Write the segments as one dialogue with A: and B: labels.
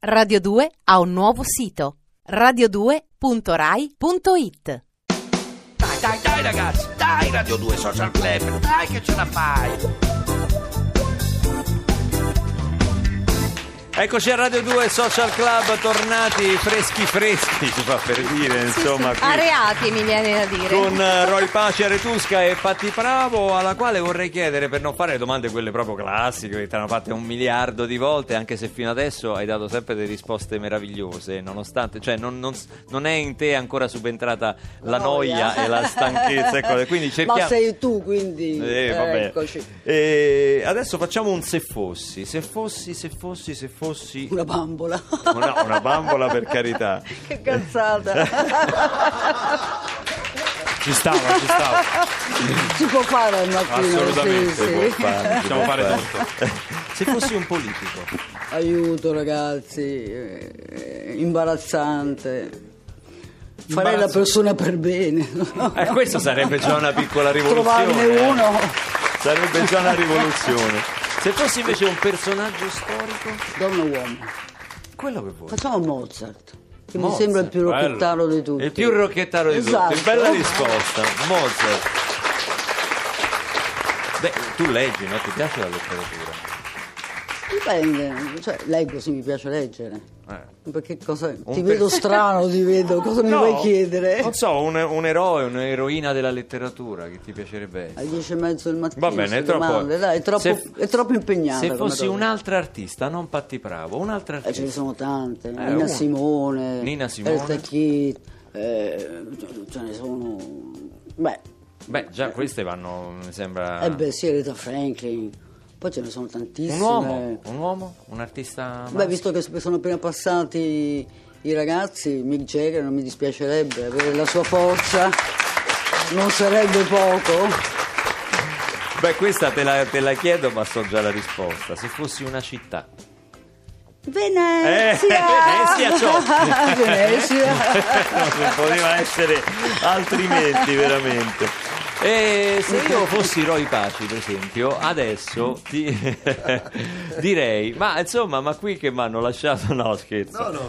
A: Radio 2 ha un nuovo sito radio2.rai.it
B: Dai, dai, dai ragazzi, dai Radio 2 Social Club, dai che ce la fai.
C: Eccoci a Radio 2 Social Club, tornati freschi freschi, si fa per dire, insomma, qui
D: Areati mi viene da dire.
C: con eh, Roy Pace, Retusca e Patti Bravo, alla quale vorrei chiedere, per non fare le domande quelle proprio classiche, che ti hanno fatte un miliardo di volte, anche se fino adesso hai dato sempre delle risposte meravigliose, nonostante, cioè non, non s- non è in te ancora subentrata la noia, e la stanchezza, ecco, quindi cerchiamo...
E: Ma sei tu, quindi
C: Eh, vabbè.
E: eccoci.
C: Eh, adesso facciamo un se fossi, se fossi, se fossi, se fossi...
E: Una bambola.
C: Una- una bambola, per carità.
E: che cazzata.
F: Ci stava, ci stava.
E: si può fare al mattino.
F: Assolutamente,
E: sì,
C: può
E: sì.
C: fare,
F: Possiamo
C: può
F: fare
C: Se fossi un politico,
E: Aiuto ragazzi, eh, imbarazzante. Farei la persona per bene.
C: eh, questo sarebbe già una piccola rivoluzione.
E: Trovarne
C: eh.
E: uno.
C: Sarebbe già una rivoluzione. Se fossi invece un personaggio storico,
E: Donna e uomo.
C: quello che vuoi.
E: Facciamo Mozart. Che mi
C: Mozart,
E: sembra il più
F: bello.
E: rocchettaro di tutti.
C: Il più rocchettaro di
E: Esatto.
C: tutti. Bella risposta, Mozart. Beh, tu leggi, no? Ti piace la letteratura?
E: Dipende, cioè, leggo se mi piace leggere.
C: Eh.
E: Perché cosa... Ti
C: pezzo.
E: vedo strano, ti vedo, cosa mi
C: No,
E: vuoi chiedere?
C: Non so, un, un eroe, un'eroina della letteratura che ti piacerebbe essere.
E: alle 10 e mezzo del mattino
C: Va bene, è
E: queste
C: troppo,
E: domande, dai, è troppo,
C: se-
E: è troppo impegnata
C: Se
E: come
C: fossi
E: cosa.
C: un'altra artista, non Patti Bravo, un'altra
E: Eh, ce ne
C: artista.
E: sono tante Nina
C: una.
E: Simone
C: Nina Simone.
E: Elsa Kitt eh, ce- ce ne sono beh,
C: Beh, già queste vanno, mi sembra.
E: eh beh sì Aretha Franklin poi ce ne sono tantissime
C: Ah. un uomo, un uomo, un artista.
E: beh visto che sono appena passati i ragazzi Mick Jagger non mi dispiacerebbe avere la sua forza non sarebbe poco
C: Beh, questa te la, te la chiedo, ma so già la risposta. Se fossi una città,
E: Venezia
C: Eh, Venezia, ciò.
E: Venezia
C: non poteva essere altrimenti, veramente. E Eh, se io fossi Roy Paci, per esempio, adesso ti direi, ma insomma, ma qui che mi hanno lasciato, no scherzo. No, no,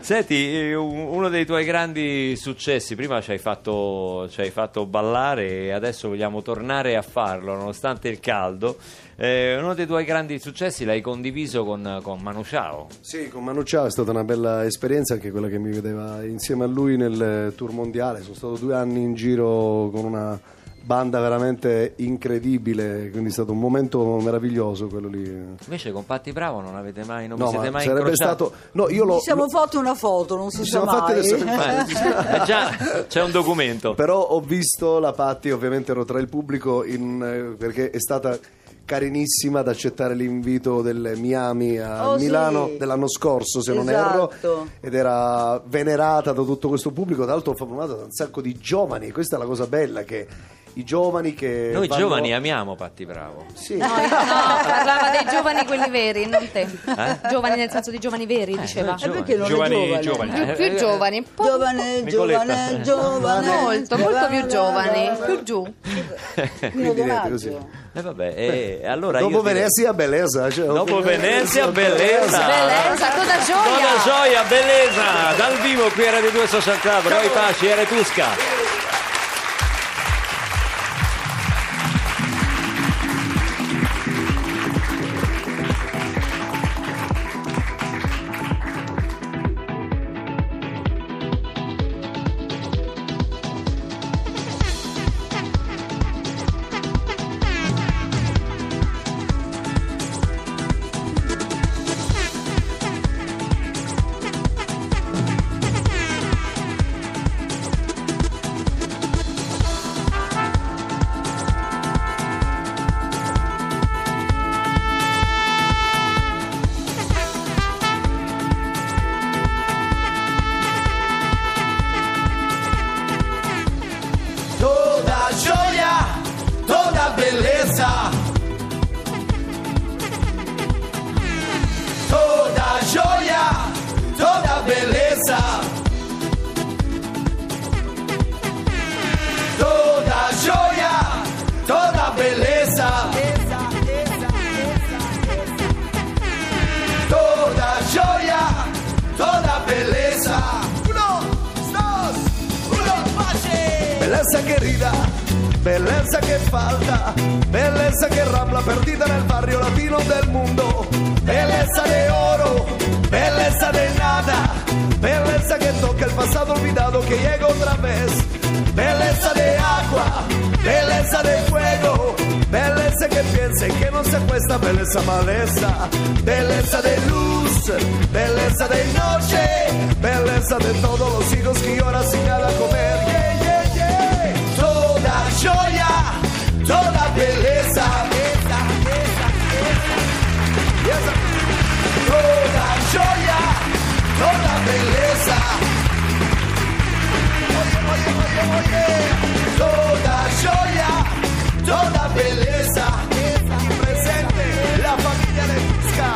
C: Senti, eh, un- uno dei tuoi grandi successi, prima ci hai, fatto, ci hai fatto ballare e adesso vogliamo tornare a farlo, nonostante il caldo. Eh, uno dei tuoi grandi successi l'hai condiviso con, con Manu Ciao.
G: Sì, con Manu Ciao è stata una bella esperienza, anche quella che mi vedeva insieme a lui nel eh, tour mondiale. Sono stato due anni in giro con una banda veramente incredibile, quindi è stato un momento meraviglioso quello lì.
C: Invece con Patti Bravo non avete mai, non vi
G: No,
C: siete
G: ma
C: mai
G: sarebbe
C: incrociati?
G: stato... No, io l'ho...
E: Ci siamo fatti una foto, non si
G: Ci
E: sa
G: siamo fatte
E: mai.
G: le-
C: Eh, già c'è un documento.
G: Però ho visto la Patti, ovviamente ero tra il pubblico in- eh, perché è stata carinissima ad accettare l'invito del Miami a
E: Oh, sì.
G: Milano dell'anno scorso, se non
E: Esatto.
G: erro, ed era venerata da tutto questo pubblico, tra l'altro formata da un sacco di giovani, questa è la cosa bella che i giovani che
C: Noi
G: vanno-
C: giovani eh. amiamo Patti Bravo.
G: Sì.
D: No, parlava dei giovani quelli veri, non te.
C: Eh?
D: Giovani nel senso di giovani veri, diceva.
C: noi
E: perché non è giovane?
D: Più, più
C: Eh, eh,
D: giovani, po-
E: Giovane,
C: Nicoletta.
E: giovane, giovane.
D: molto, molto più giovani, più giù.
E: Quindi
G: Quindi
E: vedete
G: vedete così.
C: eh, vabbè, eh, allora
G: Dopo
C: io direi-
G: Venezia, bellezza. cioè,
C: Dopo
G: ovviamente-
C: Venezia, bellezza.
D: Bellezza, cosa
C: Buona
D: gioia!
C: gioia, bellezza! Dal vivo qui a Radio 2 Social Club, Roy Paci, Ere Tusca.
G: belleza querida, belleza que falta, belleza que rambla perdida en el barrio latino del mundo, belleza de oro, belleza de nada, belleza que toca el pasado olvidado que llega otra vez, belleza de agua, belleza de fuego, belleza que piensa y que no se cuesta, belleza maleza, belleza de luz, belleza de noche, belleza de todos los hijos que lloran sin nada comer. Yeah, yeah, yeah. Toda joya, toda belleza, esa, esa, esa, y esa. toda joya, toda belleza. Oye, oye, oye, oye, toda joya, toda belleza. Presente la familia de Busca.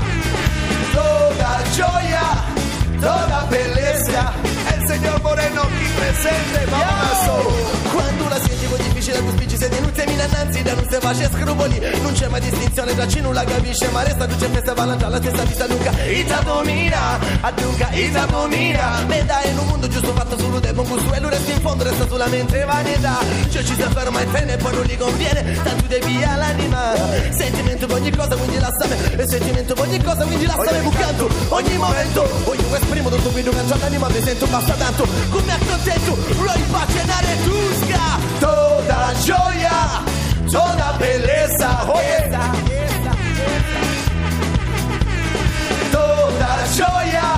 G: Toda joya, toda belleza. El señor Moreno qui presente, vamos.
H: Quando la senti voi difficile tu spicci se denunzi minanzi denunze face scrupoli non c'è mai distinzione tra chi nulla capisce ma resta tu c'è festa balangia la stessa vita lunga Ita domina adunca Ita domina Meda in un mondo giusto fatto solo del buon gusto e lui resta in fondo resta solamente vanità cioè ci si ferma in freno e poi non gli conviene tanto devi via l'anima sentimento per ogni cosa quindi lassame e sentimento per ogni cosa quindi lassame bucando ogni momento voglio esprimo tutto quello che c'è l'anima mi sento basta tanto come accontento lo rifaccio cenare
G: Tusca, toda joya, toda belleza,
H: oh
G: oye, esa, esa, esa. toda joya,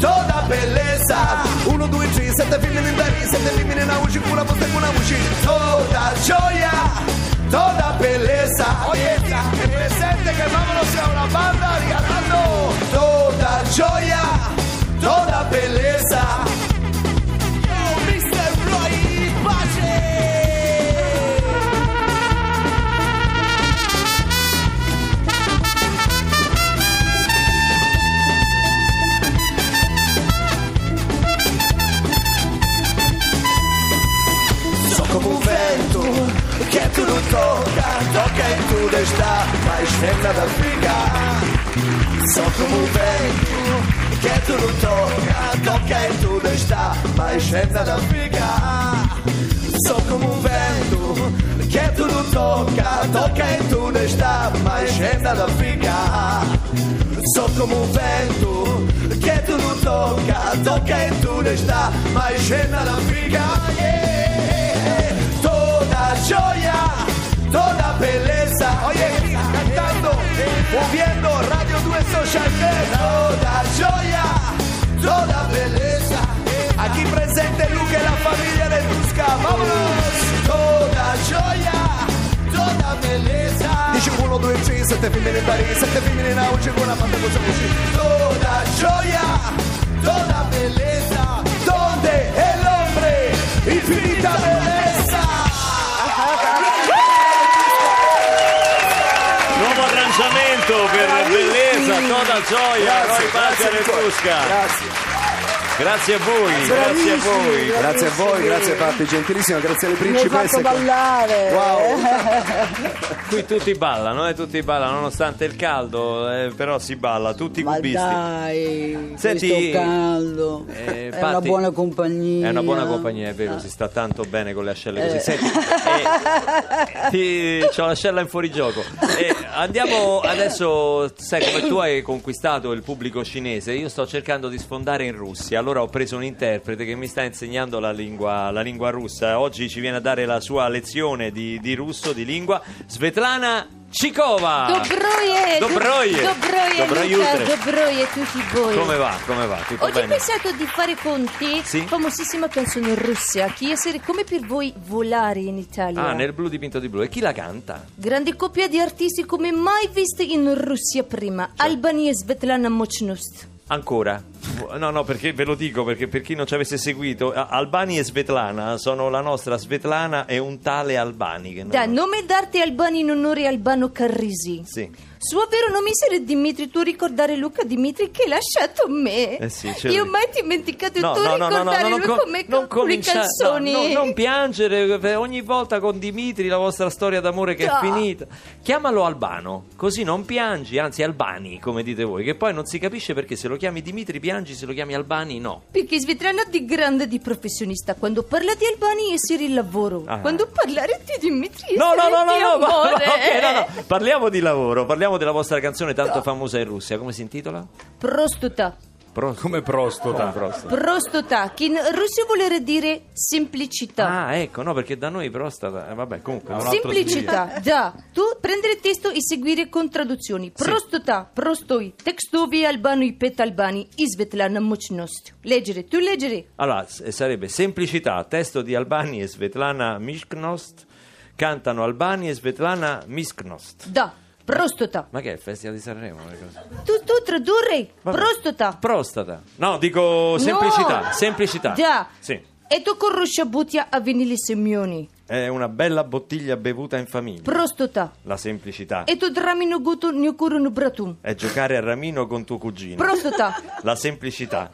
G: toda belleza. Uno, due, tre, sette femmine in Paris, sette femmine in Auci, con una posta e con una voce. Toda joya, toda belleza, oye, esa, que presente que vámonos a una banda regalando. Toda joya, toda belleza. Oh, Mr. Roy Pache. Só como o vento que tudo toca, toca em tudo está, mas nem nada fica. Só como o vento que tudo toca, toca em tudo está, mas nem nada fica. Só como o vento que tudo toca, toca em tudo está, mas nem nada fica. Só como o vento que tudo toca, toca em tudo está, mas nem nada fica. Yeah. Toda joya, toda belleza. Oye, cantando, moviendo Radio 2 Social Club. Toda joya, toda belleza. Aquí presente Luke, la familia de Tusca. Vámonos. Toda joya, toda belleza. Dice uno, due, tre, sette femmine in Paris, sette femmine in auge con la parte cosa così. Toda joya, toda belleza. Donde el hombre, infinita belleza.
C: Nuovo arrangiamento per bellezza, toda gioia, Roy Pace e Fusca.
G: Grazie.
C: Grazie a voi, grazie a voi.
I: Grazie a voi, grazie Papi, gentilissimo, grazie alle
E: Mi hai
I: principesse.
E: fatto ballare.
C: Qui tutti ballano, eh, tutti ballano nonostante il caldo, eh, però si balla, tutti i
E: Ma
C: cubisti.
E: dai,
C: Senti,
E: questo caldo.
C: eh,
E: è una
C: Patti,
E: buona compagnia. Eh.
C: È una buona compagnia, è vero, si sta tanto bene con le ascelle così. Senti, eh, ti- c'ho l'ascella in fuorigioco. Eh, andiamo adesso, sai come tu hai conquistato il pubblico cinese, io sto cercando di sfondare in Russia, allora ho preso un interprete che mi sta insegnando la lingua, la lingua russa, oggi ci viene a dare la sua lezione di, di russo, di lingua, Svetlana Cikova.
J: Dobroje,
C: Dobroje.
J: Dobroje,
C: Dobroje
J: Luca,
C: jutro.
J: Dobroje tutti voi.
C: Come va? Come va? Tutto
J: Oggi ho
C: bene?
J: pensato di fare conti,
C: Sì.
J: famosissima canzone russa, chiedere come per voi volare in Italia.
C: Ah, nel blu dipinto di blu. E chi la canta?
J: Grande coppia di artisti come mai viste in Russia prima,
C: Cioè.
J: Albania e Svetlana Mochnost.
C: Ancora? No, no, perché ve lo dico perché per chi non ci avesse seguito, A- Albani e Svetlana sono la nostra Svetlana e un tale Albani. Che non-
J: Da nome d'arte Albani in onore a Albano Carrisi.
C: Sì.
J: Suo vero nome era Dimitri, tu ricordare Luca Dimitri che hai lasciato me.
C: Eh sì, certo.
J: Io mai dimenticato
C: No,
J: tu
C: no, no, no, no,
J: ricordare
C: non
J: lui
C: com-
J: come
C: non
J: con le
C: comincia- no,
J: canzoni.
C: no, non piangere, eh, ogni volta con Dimitri la vostra storia d'amore che
J: No.
C: è finita. Chiamalo Albano, così non piangi, anzi Albani, come dite voi, che poi non si capisce perché se lo chiami Dimitri piangi, se lo chiami Albani no.
J: Perché Svetlana di grande di professionista. Quando parla di Albani essere il lavoro.
C: Ah.
J: Quando parlare di Dimitri
C: No, no,
J: essere
C: no, no,
J: di
C: no, ma-
J: amore.
C: ok, no, no, parliamo di lavoro, parliamo della vostra canzone tanto famosa in Russia, come si intitola?
J: Prostituta.
C: Prost-
F: Come prostota.
C: prostata.
J: Prostituta, che in russo vuol dire semplicità.
C: Ah, ecco, no, perché da noi prostata, eh, vabbè, comunque. ha un altro
J: Semplicità, da. Tu prendere il testo e seguire con traduzioni. Prostota, prostoi, textovi albani, pet albani, i svetlana močnost. Leggere, tu leggere.
C: Allora, s- eh, sarebbe Semplicità, testo di Albani e Svetlana Mishknost, cantano Albani e Svetlana Mishknost.
J: Da, prostota.
C: Ma che è, Festival di Sanremo? le cose?
J: Tu, tu tradurre,
C: Vabbè.
J: prostota.
C: Prostata. No, dico Semplicità,
J: No.
C: Semplicità.
J: Da.
C: Sì,
J: E tu con ruscia butia a venire semioni.
C: è una bella bottiglia bevuta in famiglia.
J: Prostota.
C: La semplicità
J: E tu dramino guto nyukurunu bratum.
C: è giocare a ramino con tuo cugino.
J: Prostota.
C: La semplicità.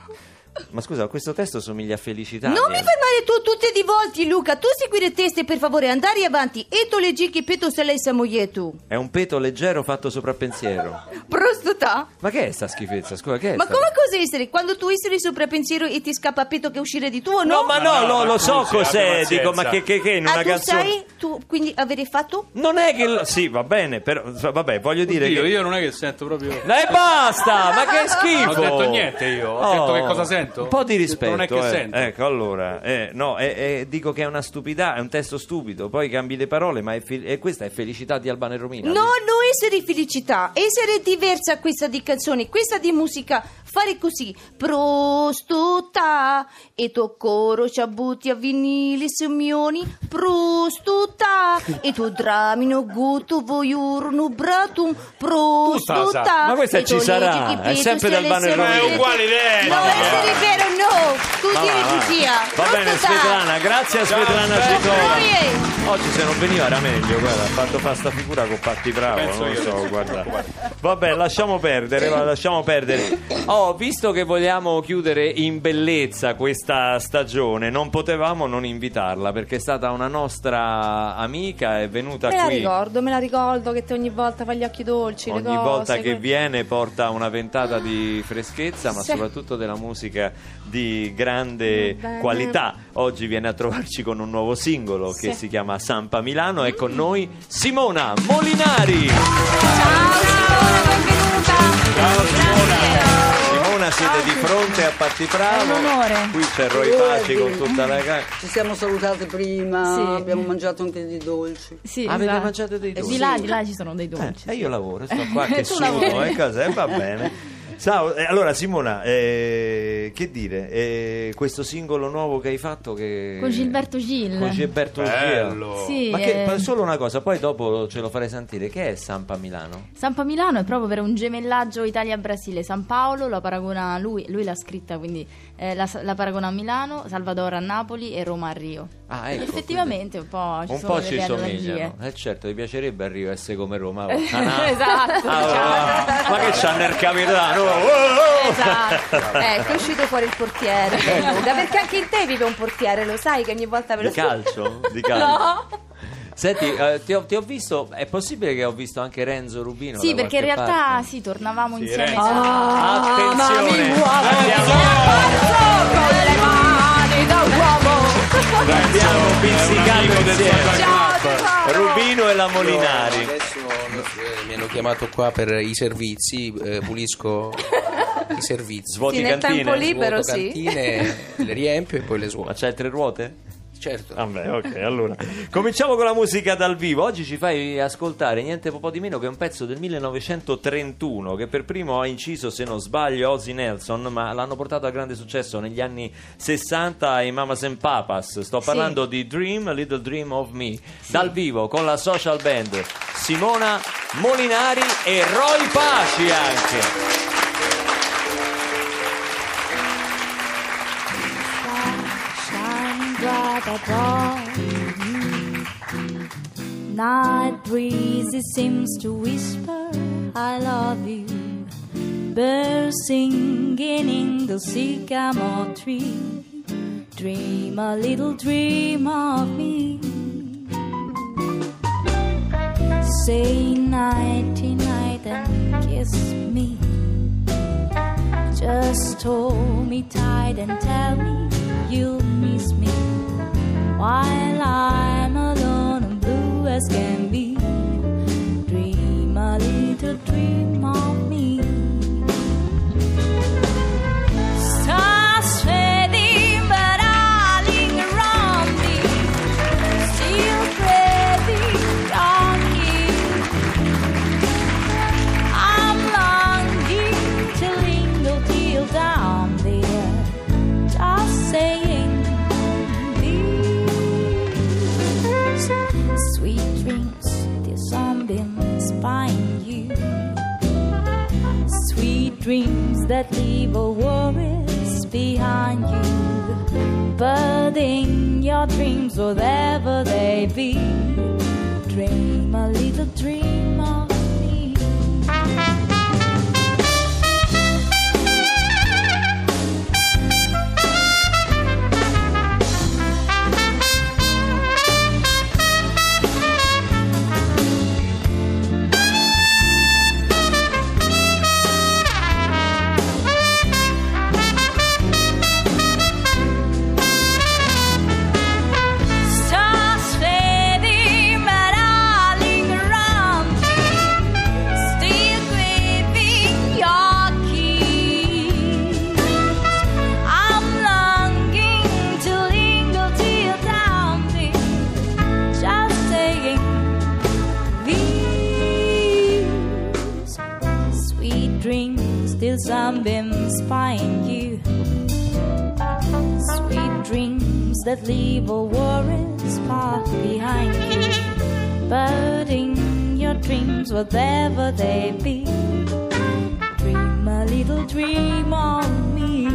C: Ma scusa, questo testo somiglia a felicità.
J: Non mi
C: eh.
J: fermare tu tutte di volti, Luca. Tu seguire teste, per favore, andare avanti. E tu leggi che peto se lei sa moglie tu.
C: È un peto leggero fatto sopra pensiero.
J: Prostota.
C: Ma che è sta schifezza? Scusa, che è
J: Ma
C: sta-
J: come cosa essere? Quando tu essere sopra pensiero e ti scappa a petto che uscire di tuo, no?
C: No, ma no,
F: no,
C: lo,
F: ma
C: lo so
F: scusi,
C: cos'è,
F: abbia
C: dico, ma
F: pazienza.
C: che, che, che in
J: Ah,
C: una
J: tu
C: canzone...
J: sai? Tu quindi avere fatto?
C: Non è che... lo- Sì, va bene, però... Vabbè, voglio dire
F: Io,
C: che...
F: io non è che sento proprio.
C: E basta, ma che schifo! Oh.
F: Non ho detto niente io, ho detto che cosa sento.
C: Un po' di rispetto.
F: Non è che
C: eh.
F: sento.
C: Ecco, allora, eh, no, eh, eh, dico che è una stupidità, è un testo stupido, poi cambi le parole, ma è fel- e questa è felicità di Albano e Romina.
J: No, no, essere felicità, essere diversa questa di canzone, questa di musica, fare così. Prostuta e tu coro ciabuti a vinili semioni, prostuta e tu dramino guto voiurno bratum,
F: Tutta la
J: prostuta.
F: sa-
C: ma questa
J: e tu
C: ci sarà,
J: leggi chi
C: è
J: peto
C: sempre
J: se
C: dal
J: le
C: Vanno e
J: semioni.
C: Romina. Ma è
F: uguale lei.
J: No,
F: Ma va.
J: essere vero, no, tu
C: Ma va,
J: dire
C: va.
J: bugia.
C: Ah, Va bene,
J: Prostuta.
C: Svetlana, grazie a
F: Ciao,
C: Svetlana
F: Sveta.
C: Cetova.
J: Grazie.
C: Oggi se non veniva era meglio, guarda, ha fatto fa sta figura con Patti Bravo,
F: Penso
C: non lo
F: io,
C: so,
F: penso.
C: guarda. Vabbè, lasciamo perdere, va, lasciamo perdere. Oh, visto che vogliamo chiudere in bellezza questa stagione, non potevamo non invitarla perché è stata una nostra amica, è venuta
J: Me la
C: qui.
J: ricordo, me la ricordo che te ogni volta fai gli occhi dolci.
C: Ogni
J: le cose,
C: volta che
J: que-
C: viene porta una ventata di freschezza, ma
J: Sì.
C: soprattutto della musica di grande
J: Va bene.
C: qualità. Oggi viene a trovarci con un nuovo singolo che
J: Sì.
C: si chiama Sampa Milano. È con noi Simona Molinari. Simona, siete di fronte a Patti Bravo.
K: È un onore.
C: Qui c'è Roy Paci con tutta la gara.
E: Ci siamo salutate prima,
K: Sì.
E: abbiamo mangiato anche dei dolci.
K: Sì,
C: Avete
K: esatto.
C: mangiato dei dolci?
K: Di là, di là ci sono dei dolci.
C: Eh, E io lavoro, sto qua che
K: Tu
C: suono
K: lavori.
C: e cose, eh, va bene. Ciao, eh, allora Simona, eh, che dire, eh, questo singolo nuovo che hai fatto che...
K: Con Gilberto Gil.
C: Con Gilberto Gil.
F: Bello.
K: Sì,
C: Ma che,
K: eh,
C: pa- solo una cosa, poi dopo ce lo farei sentire, che è Sampa Milano?
K: Sampa Milano è proprio per un gemellaggio Italia-Brasile. San Paolo la paragona a lui, lui l'ha scritta, quindi eh, la, la paragona a Milano, Salvador a Napoli e Roma a Rio.
C: Ah, ecco,
K: Effettivamente un po' ci
C: Un
K: sono
C: po'
K: delle
C: ci somigliano,
K: analogie.
C: eh certo, ti piacerebbe a Rio essere come Roma. va.
K: esatto,
C: Ah, va, va. ma che c'ha nel capitano? Oh, oh, oh.
K: Esatto.
J: Ecco, è uscito fuori il portiere. Belluda, perché anche in te vive un portiere, lo sai che ogni volta ve lo
C: Eh. Di calcio? Di calcio. Senti, eh, ti, ho, ti ho visto, è possibile che ho visto anche Renzo Rubino?
K: Sì,
C: da
K: perché in
C: qualche
K: realtà
C: parte?
K: sì, tornavamo insieme. Esatto.
F: Renzo.
C: Ah. Attenzione! Abbiamo pizzicato insieme Rubino e la Molinari.
H: Adesso eh, mi hanno chiamato qua per i servizi, eh, pulisco i servizi.
C: Svuoti
J: Sì, nel tempo
C: cantine.
J: lib- Libero,
H: Svuoto
J: sì.
H: cantine, le riempio e poi le
C: Ma
H: svuoto.
C: c'hai tre ruote?
H: Certo.
C: Vabbè, Ah, ok, allora. Cominciamo con la musica dal vivo. Oggi ci fai ascoltare niente po' di meno che un pezzo del 1931 che per primo ha inciso, se non sbaglio, Ozzy Nelson, ma l'hanno portato a grande successo negli anni 60 i Mamas and Papas. Sto parlando di Dream, A Little Dream of Me, dal vivo con la social band Simona Molinari e Roy Paci anche.
K: Shining bright upon me. Night breeze it seems to whisper
L: I love you. Birds singing in the sycamore tree. Dream a little dream of me. Say nighty night and kiss me. Just hold me tight and tell me you'll miss me while I'm alone and blue as can be. Dream a little dream of me. Stars fading, but I linger on thee. Still breathing on you. I'm longing to linger till down there. Just saying these sweet dreams, dear sunbeams, find you. Sweet dreams that leave all worries behind you. But in your dreams, whatever they be, dream a little dream of me. Stars fading, but I linger on Still craving your kiss. I'm longing to linger till down Just saying these sweet dreams till sunbeams find you. Sweet dreams that leave all worries far behind you. But in your dreams, whatever they be, dream a little dream on me.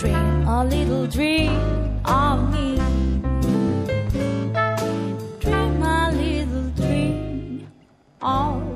L: Dream a little dream on me. Dream a little dream on me.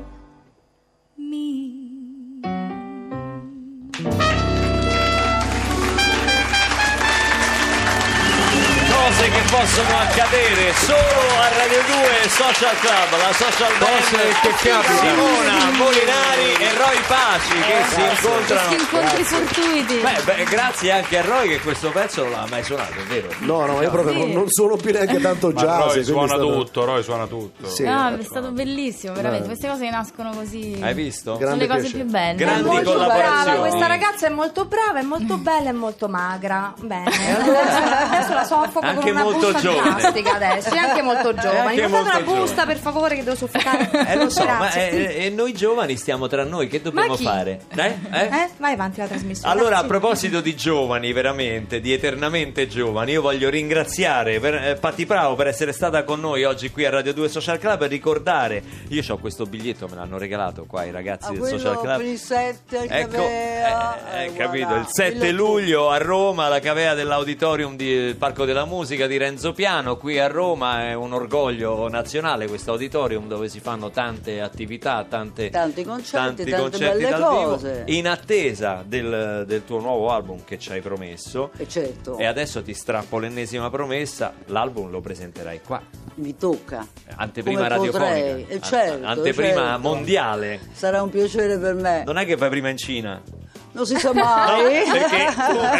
C: Cose che possono accadere solo a Radio 2 Social Club, la social
F: Cose
C: band
F: che capitano.
C: Simona Molinari e Roy Paci
M: Eh,
C: che si incontrano.
K: incontri fortuiti.
C: Beh, beh, grazie anche a Roy che questo pezzo non l'ha mai suonato, è vero?
I: No, no, io proprio non- non sono più neanche tanto
F: Ma
I: jazz.
F: Roy
I: quindi
F: suona
I: è stato-
F: tutto, Roy suona tutto.
I: Sì,
L: Ah,
K: No, è stato bellissimo, veramente.
I: Eh.
K: Queste cose che nascono così.
C: Hai visto?
K: Sono le
I: Grande
K: cose
I: piacere.
K: più belle.
C: Grandi
M: molto
C: collaborazioni.
M: brava, questa ragazza è molto brava, è molto bella e molto magra. Bene, adesso la soffoco
C: Anche
M: con una
C: molto
M: busta
C: giovane.
M: di plastica adesso, e anche molto giovane.
C: anche
M: Mi portate una
C: molto
M: busta
C: giovane.
M: per favore che devo soffocare.
C: Eh lo so, ma
M: Grazie.
C: eh, eh, e noi giovani stiamo tra noi, che dobbiamo
M: chi?
C: fare? Eh? Eh?
M: Eh, vai avanti la trasmissione.
C: Allora, a
M: Sì.
C: proposito di giovani, veramente, di eternamente giovani, io voglio ringraziare per, eh, Patti Pravo per essere stata con noi oggi qui a Radio 2 Social Club e ricordare, io ho questo biglietto, me l'hanno regalato qua i ragazzi
E: Ah,
C: del
E: quello
C: Social Club.
E: per il 7 che
C: Ecco,
E: aveva,
C: eh, eh,
E: eh,
C: capito,
E: guarda,
C: il 7
E: quello
C: luglio a Roma, la cavea dell'auditorium del Parco della Musica di Renzo Piano, qui a Roma è un orgoglio nazionale questo auditorium dove si fanno tante attività, tante,
E: Tanti concerti,
C: tanti
E: tante
C: concerti
E: belle
C: dal
E: cose.
C: vivo, in attesa del, del tuo nuovo album che ci hai promesso.
E: E certo,
C: E adesso ti strappo l'ennesima promessa, l'album lo presenterai qua,
E: mi tocca.
C: anteprima
E: Come
C: radiofonica,
E: potrei, eh,
C: an-
E: certo,
C: anteprima
E: certo.
C: mondiale.
E: Sarà un piacere per me.
C: Non è che fai prima in Cina.
E: Non si sa
C: No,
E: mai.
C: perché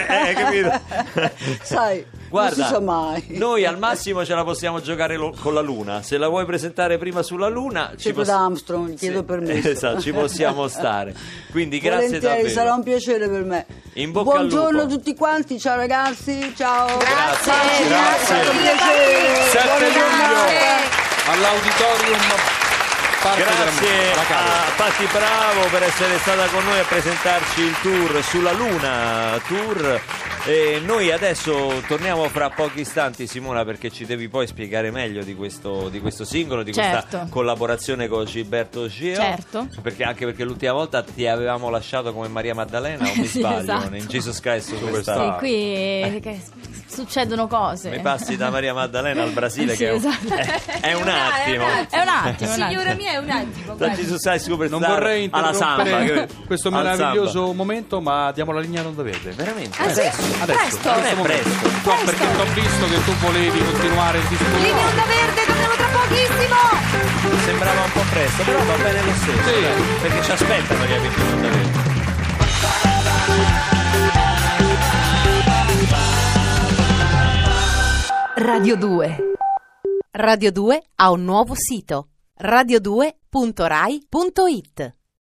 C: eh, eh, capito?
E: Sai, non si sa mai.
C: noi al massimo ce la possiamo giocare lo- con la Luna. Se la vuoi presentare prima sulla Luna, ci,
E: Tipo
C: poss-
E: da Armstrong, chiedo
C: sì,
E: permesso.
C: esatto, ci possiamo stare. Quindi grazie
E: Volentieri,
C: davvero.
E: sarà un piacere per me.
C: In bocca al
E: Buongiorno a
C: lupo.
E: tutti quanti, ciao ragazzi, ciao.
C: Grazie,
E: Pace,
M: Eh,
C: grazie.
E: È stato un piacere.
F: 7
E: Buona giornata.
F: luglio all'auditorium Parco
C: Grazie
F: della Musica, la cavea.
C: a Patti Bravo per essere stata con noi a presentarci il tour sulla Luna Tour. E noi adesso torniamo fra pochi istanti, Simona, perché ci devi poi spiegare meglio di questo, di questo singolo, di questa
K: Certo.
C: collaborazione con Gilberto Gio.
K: Certo.
C: Perché, anche perché l'ultima volta ti avevamo lasciato come Maria Maddalena, o mi
K: Sì,
C: sbaglio,
K: esatto.
C: in Jesus Christ
K: Sì,
C: Superstar.
K: qui eh, che-
L: succedono cose.
C: Mi passi da Maria Maddalena al Brasile,
L: Sì,
C: che è un,
L: esatto.
C: è- è un attimo.
L: È un attimo, un
J: Signora
L: attimo.
J: mia, è un attimo.
C: Tanti su sai superstar
B: Non vorrei
C: alla samba.
B: interrompere
C: che-
B: questo
C: al samba.
B: meraviglioso momento, ma diamo la linea a Ronda Verde. Veramente?
C: Ah, sì?
B: Adesso, adesso,
C: Presto.
B: in
C: Non è
B: questo momento. No, perché ho visto che tu volevi continuare il discorso.
J: Linea onda verde, torniamo tra pochissimo.
C: Sembrava un po' presto, però va bene lo stesso. dai, Perché ci aspettano gli amici di Ronda Verde.
D: Radio 2. Radio 2 ha un nuovo sito radio2.rai.it